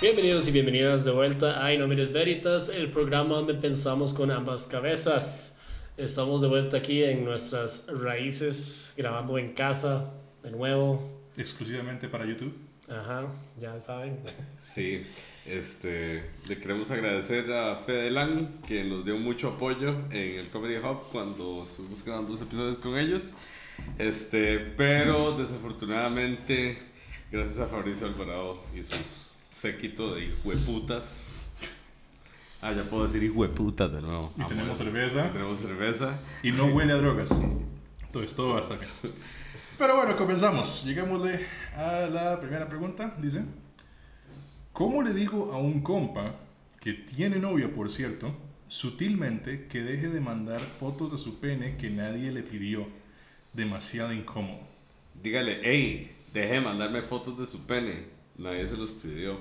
Bienvenidos y bienvenidas de vuelta a Inomines Veritas, el programa donde pensamos con ambas cabezas. Estamos de vuelta aquí en nuestras raíces, grabando en casa, de nuevo. Exclusivamente para YouTube. Ajá, ya saben. Sí, este, le queremos agradecer a Fede Lang, que nos dio mucho apoyo en el Comedy Hub cuando estuvimos grabando los episodios con ellos. Este, pero desafortunadamente, gracias a Fabricio Alvarado y sus séquito de hueputas. Ah, ya puedo decir hueputas de nuevo. Y Ah, tenemos bueno. cerveza. Tenemos cerveza. Y no huele a drogas. Entonces todo va a estar bien. Pero bueno, comenzamos. Llegámosle a la primera pregunta. Dice, ¿cómo le digo a un compa que tiene novia, por cierto, sutilmente que deje de mandar fotos de su pene que nadie le pidió? Demasiado incómodo. Dígale, hey, deje de mandarme fotos de su pene. Nadie se los pidió.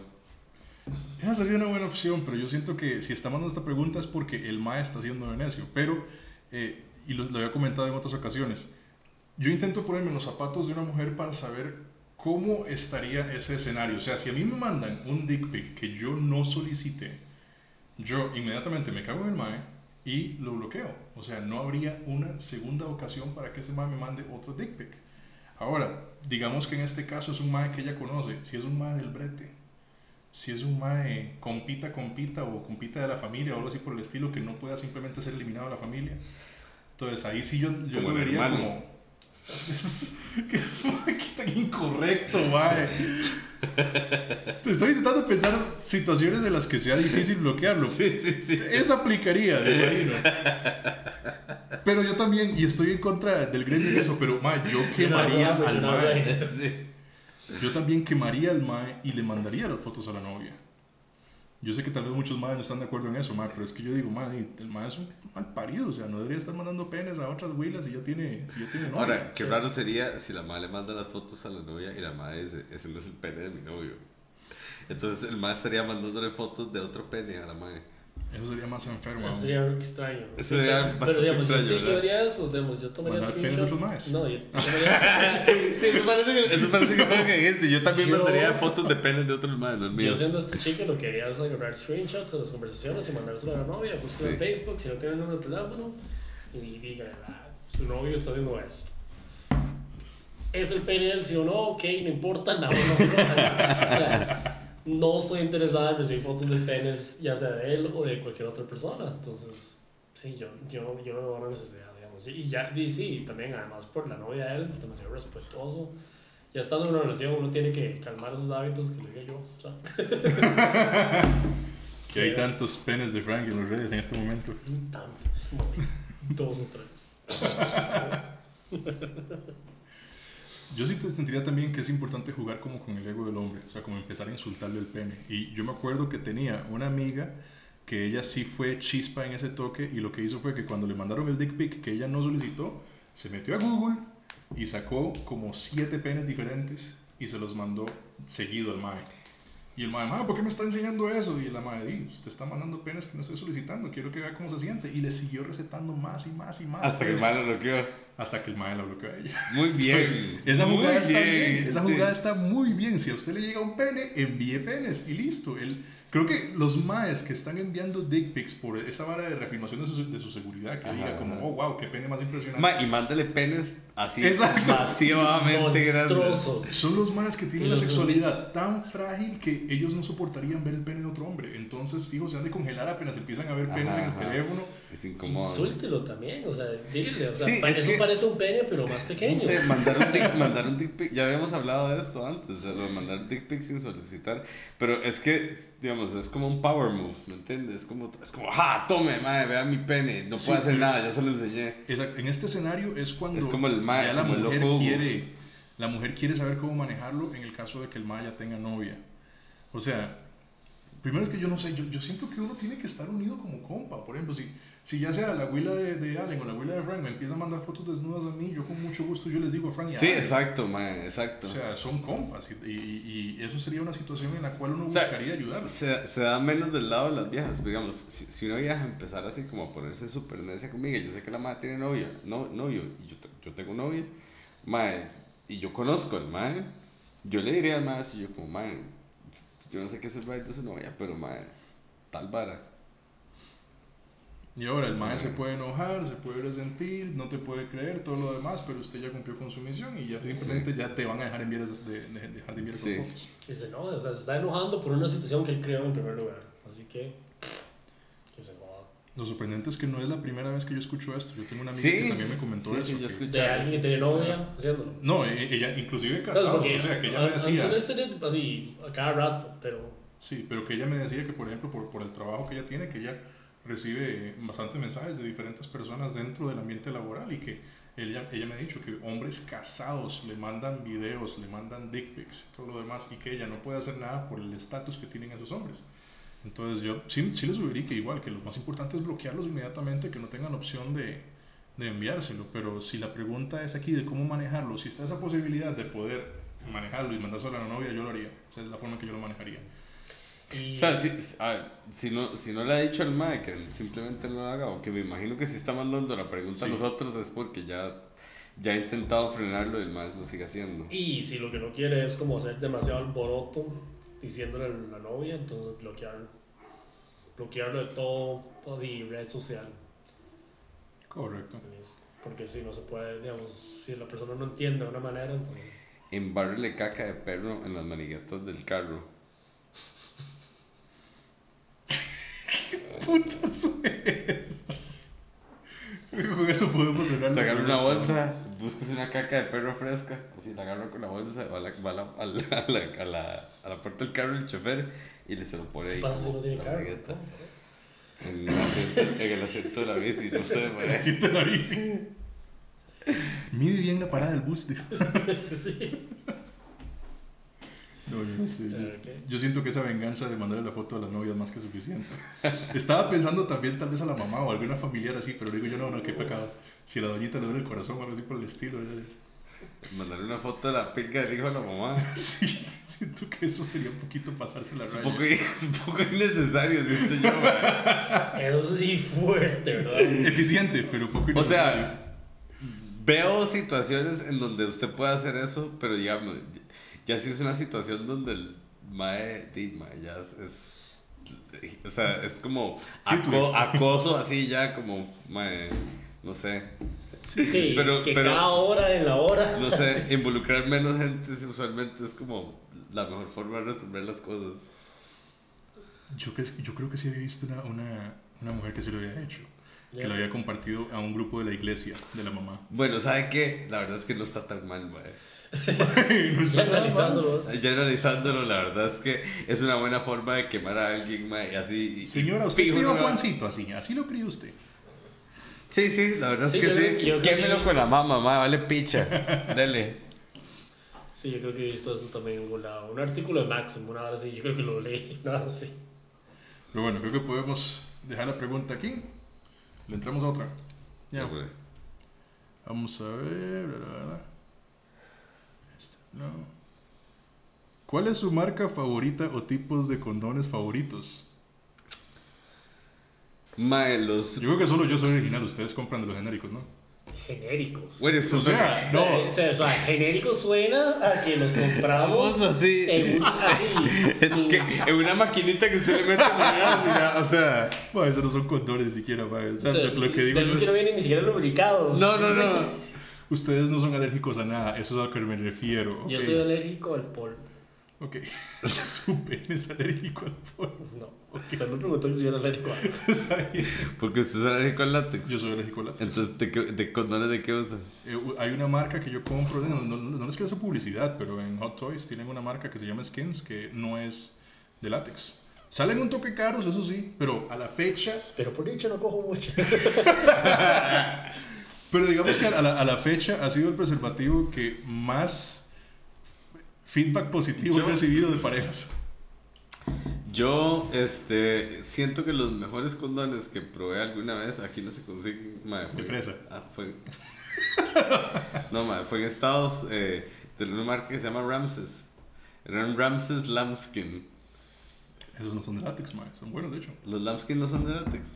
Esa sería una buena opción, pero yo siento que si está mandando esta pregunta es porque el MAE está siendo de necio. Pero, eh, y lo, lo había comentado en otras ocasiones, yo intento ponerme en los zapatos de una mujer para saber cómo estaría ese escenario. O sea, si a mí me mandan un dick pic que yo no solicité, yo inmediatamente me cago en el MAE y lo bloqueo. O sea, no habría una segunda ocasión para que ese MAE me mande otro dick pic. Ahora, digamos que en este caso es un MAE que ella conoce, si es un MAE del brete si es un mae compita, compita o compita de la familia o algo así por el estilo que no pueda simplemente ser eliminado de la familia. Entonces ahí sí yo, yo Como lo el vería hermano. como... Es, que es un mae que tan incorrecto, mae. Te estoy intentando pensar situaciones en las que sea difícil bloquearlo. Sí, sí, sí. Esa aplicaría, me imagino. Pero yo también, y estoy en contra del gremio y eso, pero mae, yo quemaría no, al no, mae. no. Sí. Yo también quemaría al mae y le mandaría las fotos a la novia. Yo sé que tal vez muchos maes no están de acuerdo en eso, mae, pero es que yo digo, mae, el mae es un mal parido, o sea, no debería estar mandando penes a otras huilas si ya tiene, si ya tiene novia. Ahora, qué Sí. raro sería si la madre le manda las fotos a la novia y la madre dice, ese no es el pene de mi novio. Entonces el madre estaría mandándole fotos de otro pene a la madre. Eso sería más enfermo. Eso aún. sería algo extraño. Eso sería pero bastante digamos, extraño, yo sí, yo ¿verdad? haría eso. Digamos, yo tomaría Mandar penes de otros screenshots. maes. No, yo tomaría. eso parece que, eso parece que juegan en este. Yo también Yo- mandaría fotos de penes de otro hermano, no el Si mío. yo siendo esta chica, lo que haría es agarrar screenshots de las conversaciones y mandárselo a la novia, pues Sí. en Facebook, si no tiene el número de teléfono, y dígale, "Ah, su novio está haciendo esto. ¿Es el pene de él, sí o no? Ok, no importa, no, no, no. O sea, no estoy interesada en recibir fotos de penes, ya sea de él o de cualquier otra persona. Entonces, sí, yo, yo, yo no veo una necesidad, digamos. Y ya, y sí, también, además, por la novia de él, pues, demasiado respetuoso. Ya estando en una relación, uno tiene que calmar esos hábitos que le diga yo. O sea, Que hay tantos penes de Frank en las redes en este momento. ni tantos, no, dos o tres. Yo sí te sentiría también que es importante jugar como con el ego del hombre, o sea, como empezar a insultarle el pene. Y yo me acuerdo que tenía una amiga que ella sí fue chispa en ese toque y lo que hizo fue que cuando le mandaron el dick pic que ella no solicitó, se metió a Google y sacó como siete penes diferentes y se los mandó seguido al mae. Y el mae, "Ma, ¿por qué me está enseñando eso? Y la mae, "Di, usted está mandando penes que no estoy solicitando, quiero que vea cómo se siente. Y le siguió recetando más y más y más. Hasta que el penes, malo lo bloqueó. hasta que el mae la bloqueó a ella. Muy bien. Entonces, esa Pues, muy jugada, está, bien. Esa sí. jugada está muy bien. Si a usted le llega un pene, envíe penes y listo. El, creo que los maes que están enviando dick pics por esa vara de reafirmación de su, de su seguridad, que Ajá, diga como, ajá. oh, wow, qué pene más impresionante. Ma, y mándale penes así Exacto. masivamente grandes. Monstruosos. Son los maes que Y tienen la los- sexualidad tan frágil que ellos no soportarían ver el pene de otro hombre. Entonces, fijo, se han de congelar apenas empiezan a ver penes Ajá, en el ajá. teléfono. Es incómodo. Insúltelo también, o sea, dígale, o sea, Sí, pa- es eso que- parece un pene, pero más pequeño. No sé, mandar un dick, mandar un dick pic, ya habíamos hablado de esto antes, de lo de mandar dick pic sin solicitar, pero es que, digamos, es como un power move, ¿me entiendes? Es como, es como, ¡ja! Tome, madre, vea mi pene, no Sí, puedo hacer pero- nada, ya se lo enseñé. Exacto. En este escenario es cuando Es como el ma- ya la como el mujer loco Hugo. quiere, la mujer quiere saber cómo manejarlo en el caso de que el ma ya tenga novia. O sea, primero es que yo no sé, yo, yo siento que uno tiene que estar unido como compa. Por ejemplo, si, si ya sea la abuela de, de Allen o la abuela de Frank me empieza a mandar fotos desnudas a mí, yo con mucho gusto yo les digo a Frank y a Sí, Allen. exacto, madre, exacto. O sea, son compas y, y- y eso sería una situación en la cual uno O sea, buscaría ayudar. Se, se da menos del lado de las viejas. Digamos, si, si una vieja empezara así como a ponerse súper necia conmigo, yo sé que la madre tiene novia, no, novio, y yo, te- yo tengo novia, madre, y yo conozco al madre, yo le diría al madre, así yo como, madre, Yo no sé qué es el ride de su novia, pero mae, tal vara. Y ahora el maestro se puede enojar, se puede resentir, no te puede creer, todo lo demás, pero usted ya cumplió con su misión y ya simplemente ya te van a dejar enviar, esas- de, de- dejar de enviar esas Sí. fotos. Dice, no, o sea, se está enojando por una situación que él creó en primer lugar. Así que, que se joda. Lo sorprendente es que no es la primera vez que yo escucho esto. Yo tengo una amiga Sí. que también me comentó sí, eso. sí, yo que- De escuché. alguien que tiene novia haciéndolo. No, e- ella, inclusive Claro, casados, o sea, que ella me antes decía... era ese de- así, a cada rato, pero Sí, pero que ella me decía que, por ejemplo, por, por el trabajo que ella tiene, que ella recibe eh, bastantes mensajes de diferentes personas dentro del ambiente laboral y que ella, ella me ha dicho que hombres casados le mandan videos, le mandan dick pics, todo lo demás, y que ella no puede hacer nada por el estatus que tienen esos hombres. Entonces yo sí, sí les sugeriría que igual, que lo más importante es bloquearlos inmediatamente, que no tengan opción de, de enviárselo, pero si la pregunta es aquí de cómo manejarlo, si está esa posibilidad de poder manejarlo y mandárselo a la novia, yo lo haría. Esa es la forma en que yo lo manejaría. y O sea, si, a ver, si, no, si no le ha dicho al mae que simplemente no lo haga, o que me imagino que si está mandando la pregunta a Sí. nosotros es porque ya, ya ha intentado frenarlo y el mae lo sigue haciendo. y si lo que no quiere es como hacer demasiado alboroto diciéndole a la novia, entonces bloquearlo. Bloquearlo de todo, así, red social. Correcto. Porque si no se puede, digamos, si la persona no entiende de una manera, entonces... Embárrele caca de perro en las maniguetas del carro. puta es? Con eso podemos cerrar. la Sacar una pregunta. bolsa, búsquese una caca de perro fresca, así la agarra con la bolsa, va, a la, va a, la, a, la, a, la, a la- a la puerta del carro del chofer y le se lo pone ahí. ¿Qué pasa si como no tiene la carro? manigueta, En, el asiento- en el asiento de la bici, no sé, El mae. asiento de la bici. Mide bien la parada del bus, digo. Sí, sí. No, yo no sé, yo- Eh, ¿qué? Yo siento que esa venganza de mandarle la foto a la novia es más que suficiente. Estaba pensando también tal vez a la mamá o alguna familiar así, pero digo yo, no, no, qué pecado. Si a la doñita le duele el corazón o algo así por el estilo. eh. ya- Mandarle una foto de la pinga del hijo a la mamá. Sí, siento que eso sería un poquito pasarse la Es un raya. poco, es un poco innecesario, siento yo, mae. Eso sí, fuerte, ¿verdad? Eficiente, pero poco O innecesario. sea, veo situaciones en donde usted puede hacer eso, pero digamos, ya si es una situación donde el mae, di, mae, ya es, es- O sea, es como aco- acoso así, ya como, mae, no sé. Sí, Pero- que pero- cada hora en la hora. No sé, involucrar menos gente usualmente es como la mejor forma de resolver las cosas. Yo, cre- yo creo que sí había visto una, una, una mujer que se lo había hecho. Que Ya. lo había compartido a un grupo de la iglesia, de la mamá. Bueno, ¿sabe qué? La verdad es que no está tan mal, mae. No Está está nada mal. analizándolo. Ya analizándolo, la verdad es que es una buena forma de quemar a alguien, mae, y así. y- Señora, y usted fijo, crió a no- Juancito así, así lo crió usted. Sí, sí, la verdad Sí, es que yo creo- yo sí. creo que Quémelo es- con la mamá, mae, vale picha. Dele. Sí, yo creo que he visto eso también en algún lado. Un artículo de Máximo, una hora así, yo creo que lo leí, una hora así. Pero bueno, creo que podemos dejar la pregunta aquí. Le entramos a otra. Ya. Hombre. Vamos a ver. bla, bla, bla. Esta, no. ¿Cuál es su marca favorita o tipos de condones favoritos? Mae, los. Yo creo que solo yo soy original. Ustedes compran de los genéricos, ¿no? Genéricos. Bueno, O estos sea, Eh, no. O sea, o sea, genérico suena a que los compramos Vamos así. en un así. En, que- en una maquinita que usted le mete en la o sea. Ma, eso no son condones ni siquiera, ma. O sea, lo, lo que digo de yo los que es... no vienen ni siquiera lubricados. No, no, no. Ustedes no son alérgicos a nada, eso es a lo que me refiero. Yo ok. soy alérgico al polvo. Ok. Su pene es alérgico al polvo. pues, No. Usted me preguntó que si yo era alérgico a. Está bien. Porque usted es alérgico al látex. Yo soy alérgico al látex. Entonces, ¿de, qué, de condones de qué usa? Eh, u- hay una marca que yo compro, no, no, no les quiero hacer publicidad, pero en Hot Toys tienen una marca que se llama Skins que no es de látex. Salen un toque caros, eso sí, pero a la fecha, Pero por dicho no cojo mucho. pero digamos que a la, a la fecha ha sido el preservativo que más feedback positivo Yo- he recibido de parejas. Yo, este, siento que los mejores condones que probé alguna vez aquí no se consiguen. Mae, fue- De fresa. Ah, fue. no, mae, fue en Estados eh, de una marca que se llama Ramses. Eran Ramses Lambskin. Esos no son de látex, ma, son buenos de hecho. Los Lambskin no son de látex.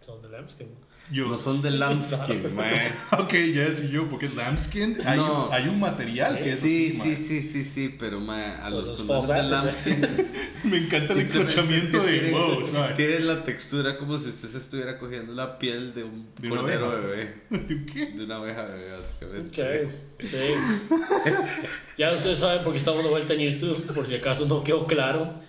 Son de Lambskin. Yo, No son de Lambskin, mae. Ok, ya sí yo, porque lambskin hay, No. un, hay un material que es Sí, así, sí, mae. sí, sí, sí, pero mae, a Los dos los condones de falsetes, Lambskin Me encanta el Simplemente encrochamiento es que de tiene- wow, ¿sabes? Tiene la textura como si usted se estuviera cogiendo la piel de un De una cordero abeja. bebé. ¿De qué? De una abeja bebé, básicamente. Ok, sí. Ya ustedes saben por qué estamos de vuelta en YouTube, por si acaso no quedó claro.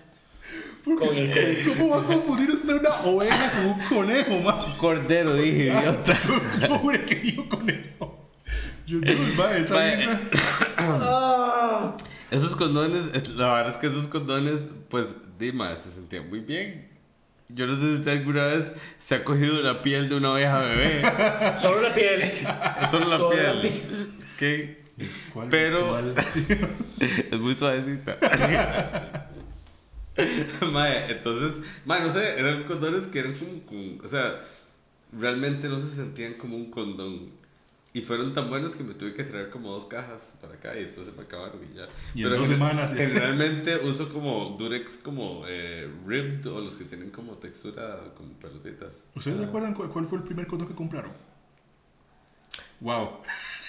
Porque Con el sí, ¿Cómo va a confundir usted una oveja con un conejo, man? Cordero, dije, idiota. Pobre que dijo conejo. Yo digo, va, esa Mae, vibra. Ah. Esos condones, es- la verdad es que esos condones, pues, Dima, se sentían muy bien. Yo no sé si usted alguna vez se ha cogido la piel de una oveja bebé. Solo la piel. Es Solo la Solo piel. la ¿Qué? ¿Cuál Pero- ritual? Es muy suavecita. Mae, entonces, mae, no sé, eran condones que eran como, como- o sea, realmente no se sentían como un condón. Y fueron tan buenos que me tuve que traer como dos cajas para acá y después se me acabaron y ya. Y en dos gener- semanas, ya. Generalmente uso como Durex como eh, ribbed o los que tienen como textura como pelotitas. ¿Ustedes recuerdan cuál, cuál fue el primer condón que compraron? Wow.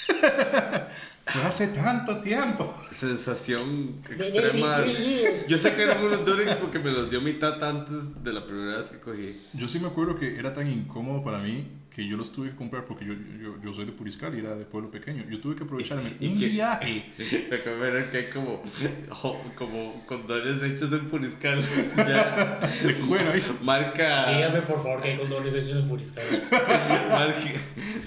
Fue hace tanto tiempo. Sensación extrema. Yo sé que eran unos Durex porque me los dio mi tata antes de la primera vez que cogí. Yo sí me acuerdo que era tan incómodo para mí que yo los tuve que comprar porque yo, yo, yo soy de Puriscal y era de pueblo pequeño. Yo tuve que aprovecharme ¿Y un qué? viaje. Me acabo de ver que hay como, como condones hechos en Puriscal. Ya. De cuero ahí. Marca, Dígame por favor que hay condones hechos en Puriscal. marca,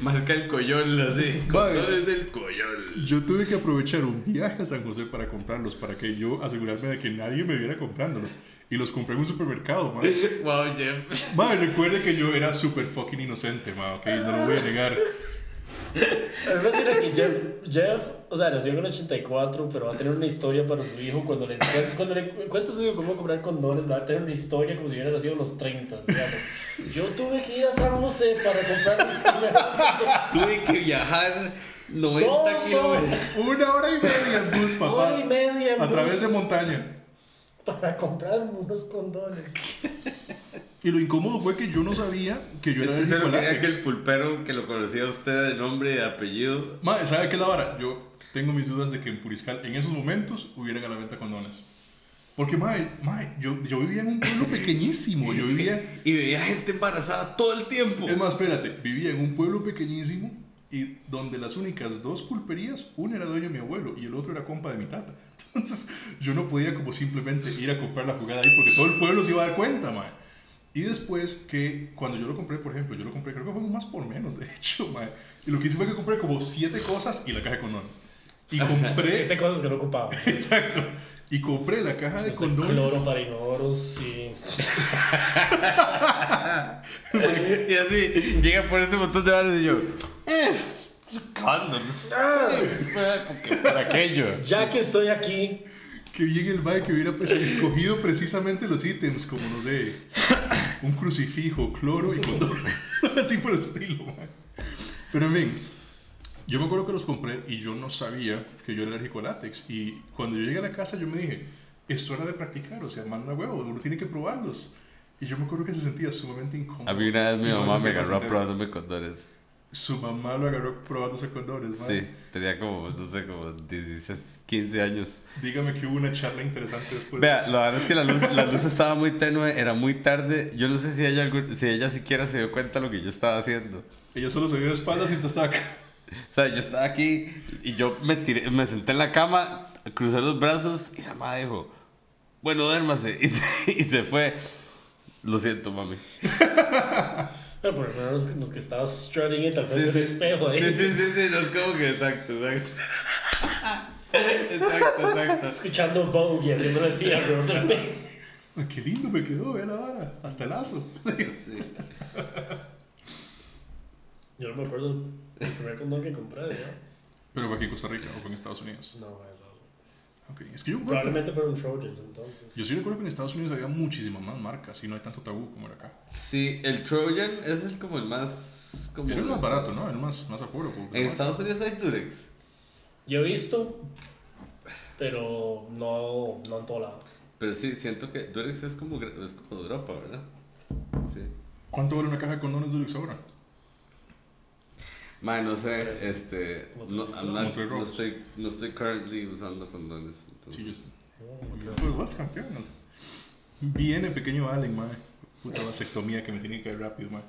marca el coyol, así. Vale. Condones del coyol. Yo tuve que aprovechar un viaje a San José para comprarlos, para que yo asegurarme de que nadie me viera comprándolos. Y los compré en un supermercado, man. Wow, Jeff. Madre, recuerde que yo era super fucking inocente, man, ok, no lo voy a negar. A mí me fascina que Jeff, Jeff, o sea, nació en el 84, pero va a tener una historia para su hijo. Cuando le, cuando le cuente a su hijo cómo comprar condones, va a tener una historia como si hubiera nacido en los 30. digamos. Yo tuve que ir a San José para comprar mis primeros condones. Tuve que viajar 90 Dos kilómetros. horas, Una hora y media en bus, papá. hora y media en A través bus de montaña. para comprarme unos condones. Y lo incómodo fue que yo no sabía que yo era Este es alérgico lo a que era látex. aquel pulpero que lo conocía usted de nombre y de apellido. Madre, ¿sabe qué es la vara? Yo tengo mis dudas de que en Puriscal, en esos momentos, hubieran a la venta condones. Porque, madre, madre, yo, yo vivía en un pueblo pequeñísimo. Yo vivía Y veía gente embarazada todo el tiempo. Es más, espérate, vivía en un pueblo pequeñísimo y donde las únicas dos pulperías, una era dueño de mi abuelo y el otro era compa de mi tata. Entonces yo no podía como simplemente ir a comprar la jugada ahí porque todo el pueblo se iba a dar cuenta, mae. Y después que cuando yo lo compré, por ejemplo, yo lo compré, creo que fue un más por menos, de hecho, mae. Y lo que hice fue que compré como siete cosas y la caja de condones. Y compré, Siete cosas que no ocupaba. exacto, y compré la caja de Con cloro condones. para inodoros y... Y así llega por este montón de bares y yo, eh, condoms. eh, Para aquello. Ya que estoy aquí, Que llegue el baile que hubiera pues, escogido precisamente los ítems, como no sé, un crucifijo, cloro y condones. Así por el estilo, man. Pero en fin, yo me acuerdo que los compré y yo no sabía que yo era alérgico al látex. Y cuando yo llegué a la casa, yo me dije, esto era de practicar, o sea, manda huevo, uno tiene que probarlos. Y yo me acuerdo que se sentía sumamente incómodo. A mí una vez mi Y no mamá me sentía agarró placentero. probándome condones. Su mamá lo agarró probándose condones, man. Sí, tenía como, no sé, como 16, 15 años. Dígame que hubo una charla interesante después de Vea, eso. la verdad es que la luz, la luz estaba muy tenue, era muy tarde. Yo no sé si ella, algún- si ella siquiera se dio cuenta de lo que yo estaba haciendo. Ella solo se dio de espaldas y usted estaba acá. O sea, yo estaba aquí y yo me, tiré, me senté en la cama, crucé los brazos y la madre dijo, bueno, duérmase. Y se, y se fue. Lo siento, mami. pero por lo menos los que estabas strutting it al Sí, frente del espejo ahí. sí, sí, sí, sí, no es como que exacto, exacto. Exacto, exacto. Escuchando Vogue y haciéndole así a Ronald Reagan. Ay, Ah, qué lindo me quedó, vea la vara. Hasta el lazo. Sí. Yo no me acuerdo el primer condón que compré, ¿no? Pero fue aquí en Costa Rica o fue en Estados Unidos. No, eso. eso. Ok, es que yo recuerdo. Probablemente fueron Trojans entonces. Yo sí recuerdo que en Estados Unidos había muchísimas más marcas y no hay tanto tabú como era acá. Sí, el Trojan es el como el más. Como Era el más los- barato, ¿no? Era el más, más affordable. En ¿no? Estados Unidos hay Durex. Yo he visto, pero no, no en todo lado. Pero sí, siento que Durex es como, gra- es como de Europa, ¿verdad? Sí. ¿Cuánto vale una caja de condones Dulux ahora? Mae, no sé, Parece. este. Como No, tu- I'm not- como tu no rock. estoy, no estoy currently usando condones. entonces. Sí, yo sé. No, no Yo creo. Pues vas campeón. Viene pequeño Allen, madre. Puta vasectomía que me tiene que caer rápido, madre.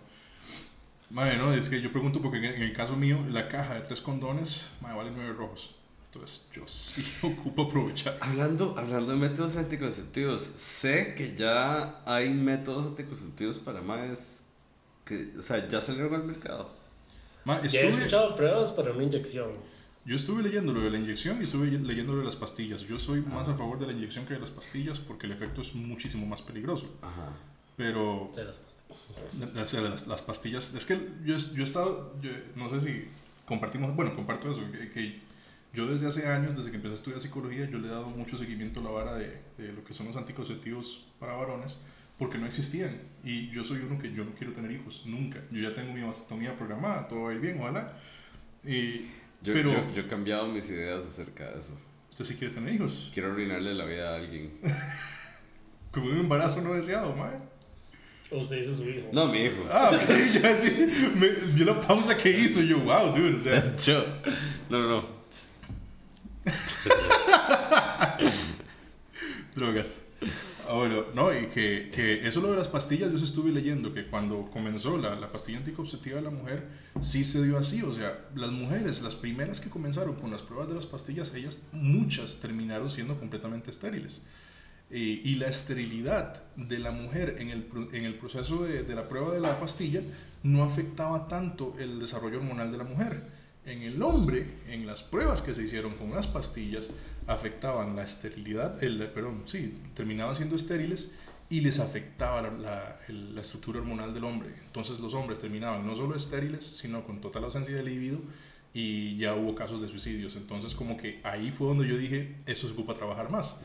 Madre, no, es que yo pregunto porque en en el caso mío, la caja de tres condones, madre, vale nueve rojos. Entonces, yo sí ocupo aprovechar. Hablando, hablando de métodos anticonceptivos, sé que ya hay métodos anticonceptivos para más que, o sea, ya salieron al mercado. Madre, Ya he estuve- escuchado pruebas para una inyección. Yo estuve leyendo lo de la inyección y estuve leyendo lo de las pastillas. Yo soy más a favor de la inyección que de las pastillas porque el efecto es muchísimo más peligroso. Ajá. Pero de las pastillas. o sea, las, las pastillas, es que yo, yo he estado, yo- no sé si compartimos, bueno, comparto eso, que, que yo desde hace años, desde que empecé a estudiar psicología, yo le he dado mucho seguimiento a la vara de, de lo que son los anticonceptivos para varones porque no existían. Y yo soy uno que yo no quiero tener hijos, nunca. Yo ya tengo mi vasectomía programada, todo va a ir bien, ojalá. Y Yo, Pero- yo, yo he cambiado mis ideas acerca de eso. usted sí quiere tener hijos. Quiero arruinarle la vida a alguien. Como un embarazo no deseado, mae. O usted dice su hijo. No, mi hijo. Ah, ok, ya sí. Me, vio la pausa que hizo yo, wow, dude. O sea, Yo. No, no, no. drogas. Ah, bueno, no, y que, que eso lo de las pastillas, yo sí estuve leyendo que cuando comenzó la, la pastilla anticonceptiva de la mujer, sí se dio así. O sea, las mujeres, las primeras que comenzaron con las pruebas de las pastillas, ellas, muchas terminaron siendo completamente estériles. Eh, y la esterilidad de la mujer en el, pro- en el proceso de, de la prueba de la pastilla no afectaba tanto el desarrollo hormonal de la mujer. En el hombre, en las pruebas que se hicieron con las pastillas, afectaban la esterilidad, el, perdón, sí, terminaban siendo estériles y les afectaba la, la- el- la estructura hormonal del hombre. Entonces los hombres terminaban no solo estériles, sino con total ausencia de libido y ya hubo casos de suicidios. Entonces como que ahí fue donde yo dije, eso se ocupa trabajar más.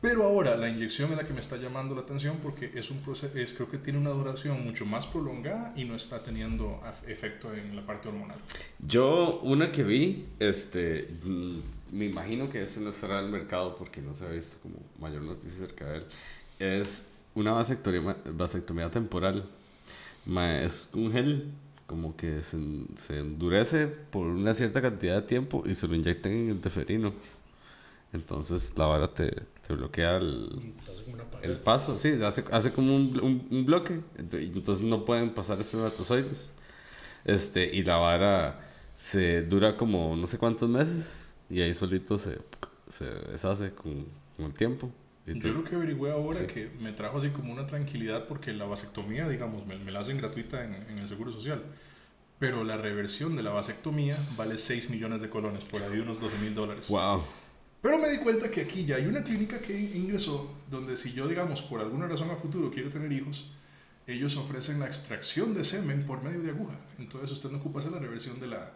Pero ahora la inyección es la que me está llamando la atención porque es un proceso, es, creo que tiene una duración mucho más prolongada y no está teniendo af- efecto en la parte hormonal. Yo, una que vi, este, mm, me imagino que ese no estará en el mercado porque no se ha visto como mayor noticia acerca de él, es una vasectomía, vasectomía temporal. Ma, es un gel como que se, en- se endurece por una cierta cantidad de tiempo y se lo inyectan en el teferino. Entonces la vara te, te bloquea el, Entonces, como una pared. el paso, sí, hace, hace como un, un- un bloque, ento- y entonces no pueden pasar espermatozoides. Este, y la vara se dura como no sé cuántos meses y ahí solito se, se deshace con, con el tiempo. Y te- Yo lo que averigüé ahora Sí. que me trajo así como una tranquilidad porque la vasectomía, digamos, me, me la hacen gratuita en, en el Seguro Social. Pero la reversión de la vasectomía vale 6 millones de colones, por ahí unos 12 mil dólares. Wow. Pero me di cuenta que aquí ya hay una clínica que ingresó donde si yo, digamos, por alguna razón a futuro quiero tener hijos, ellos ofrecen la extracción de semen por medio de aguja. Entonces usted no ocupa hacer la reversión de la...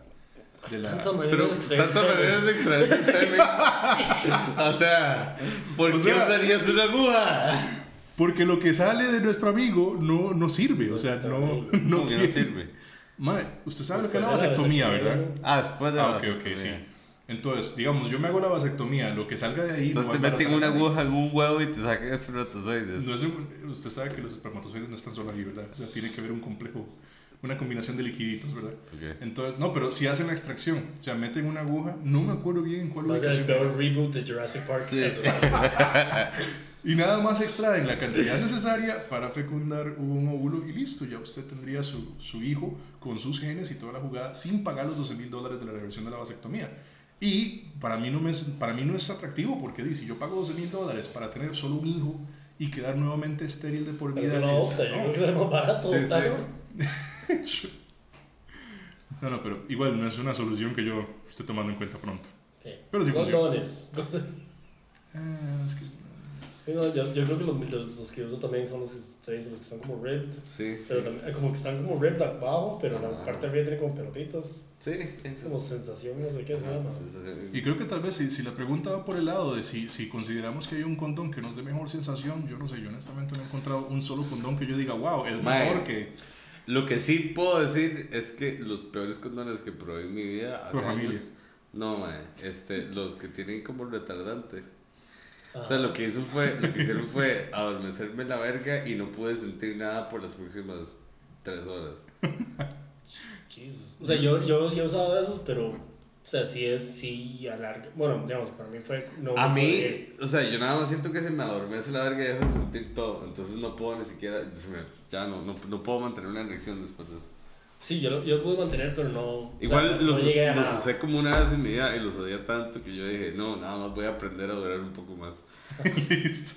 De la... Tantas Pero maneras de tantas extraer maneras de extraer el semen. O sea, ¿por O qué sea- usarías una aguja? Porque lo que sale de nuestro amigo no, no sirve, o sea, Nuestro no, amigo. no, Como que tiene- sirve. Madre, usted sabe lo que es semen. la vasectomía, ¿verdad? Ah, después de la Ah, ok, ok, vasectomía. sí. Entonces, digamos, yo me hago la vasectomía, lo que salga de ahí... no Entonces va te a meten embarazar una a nadie. aguja, algún huevo y te sacan espermatozoides. No es un- usted sabe que los espermatozoides no están solo ahí, ¿verdad? O sea, tiene que haber un complejo, una combinación de liquiditos, ¿verdad? Ok. Entonces, no, pero si hacen la extracción, o sea, meten una aguja, no me acuerdo bien en cuál Va a ser el ubicación. peor reboot de Jurassic Park. Sí. Y nada más extraen la cantidad necesaria para fecundar un óvulo y listo, ya usted tendría su, su hijo con sus genes y toda la jugada sin pagar los 12 mil dólares de la reversión de la vasectomía. Y para mí no, me, es- para mí no es atractivo porque dice, yo pago 12 mil dólares para tener solo un hijo y quedar nuevamente estéril de por Pero vida. eso no es- opta, yo no, creo que sale más barato Sí, ¿está, sí. no? No, no, pero igual no es una solución que yo esté tomando en cuenta pronto. Sí. Pero sí funciona. Condones. Sí, no, yo, yo creo que los, los, los que uso también son los que ustedes dicen, los que son como ribbed. Sí, Pero sí. también, eh, como que están como ribbed abajo, pero la Ah. parte de arriba tiene como pelotitas. Sí, sí, sí. Es como sensación, no sé qué se Ajá, llama. sensación. Y creo que tal vez si, si la pregunta va por el lado de si, si consideramos que hay un condón que nos dé mejor sensación, yo no sé, yo honestamente no he encontrado un solo condón que yo diga, wow, es Mae. mejor que... Lo que sí puedo decir es que los peores condones que probé en mi vida hace Por familia. años- no, mae, este, los que tienen como retardante. O sea, Ajá. lo que hizo fue, lo que hicieron fue adormecerme la verga y no pude sentir nada por las próximas tres horas. Jesus. O sea, yo, yo, yo he usado esos, pero O sea, sí es, sí alarga. Bueno, digamos, para mí fue. No a me mí, o sea, yo nada más siento que se me adormece la verga y dejo de sentir todo. Entonces no puedo ni siquiera. se me- Ya no, no, no puedo mantener una erección después de eso. Sí, yo lo, yo lo pude mantener, pero no. Igual o sea, no los, llegué a los nada. usé como una vez en mi vida y los odié tanto que yo dije, no, nada más voy a aprender a durar un poco más. Listo.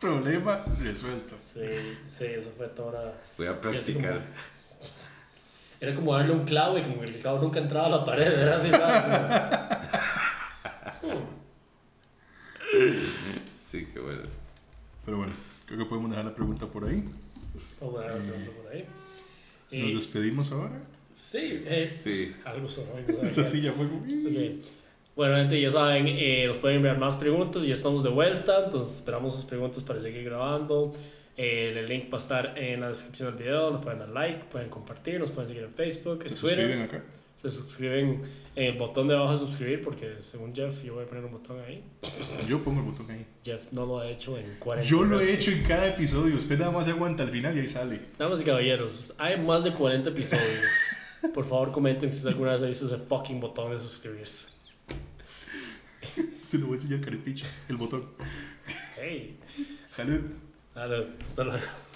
Problema resuelto. Sí, sí, eso fue toda. Voy a Y así practicar. como- Era como darle un clavo y como que el clavo nunca entraba a la pared. Era así, ¿sabes? Como- Hmm. Sí, qué bueno. Pero bueno, creo que podemos dejar la pregunta por ahí. Vamos a dar otra pregunta por ahí. Nos Eh, despedimos ahora. sí, eh, Sí. algo sonó. no sabía Esta qué. silla fue como- Ok. Bueno, gente, ya saben, eh, nos pueden enviar más preguntas, ya estamos de vuelta, entonces esperamos sus preguntas para seguir grabando. Eh, el link va a estar en la descripción del video, nos pueden dar like, pueden compartir, nos pueden seguir en Facebook, en Se Twitter. suscriben acá. Se suscriben en el botón de abajo de suscribir, porque según Jeff, yo voy a poner un botón ahí. Yo pongo el botón ahí. Jeff no lo ha hecho en 40 Yo lo he veces. hecho en cada episodio. Usted nada más se aguanta al final y ahí sale. Damas y caballeros, hay más de 40 episodios. Por favor, comenten si usted alguna vez ha visto ese fucking botón de suscribirse. Se lo voy a enseñar carepicha. El botón. Hey, Salud. Salud. hasta luego.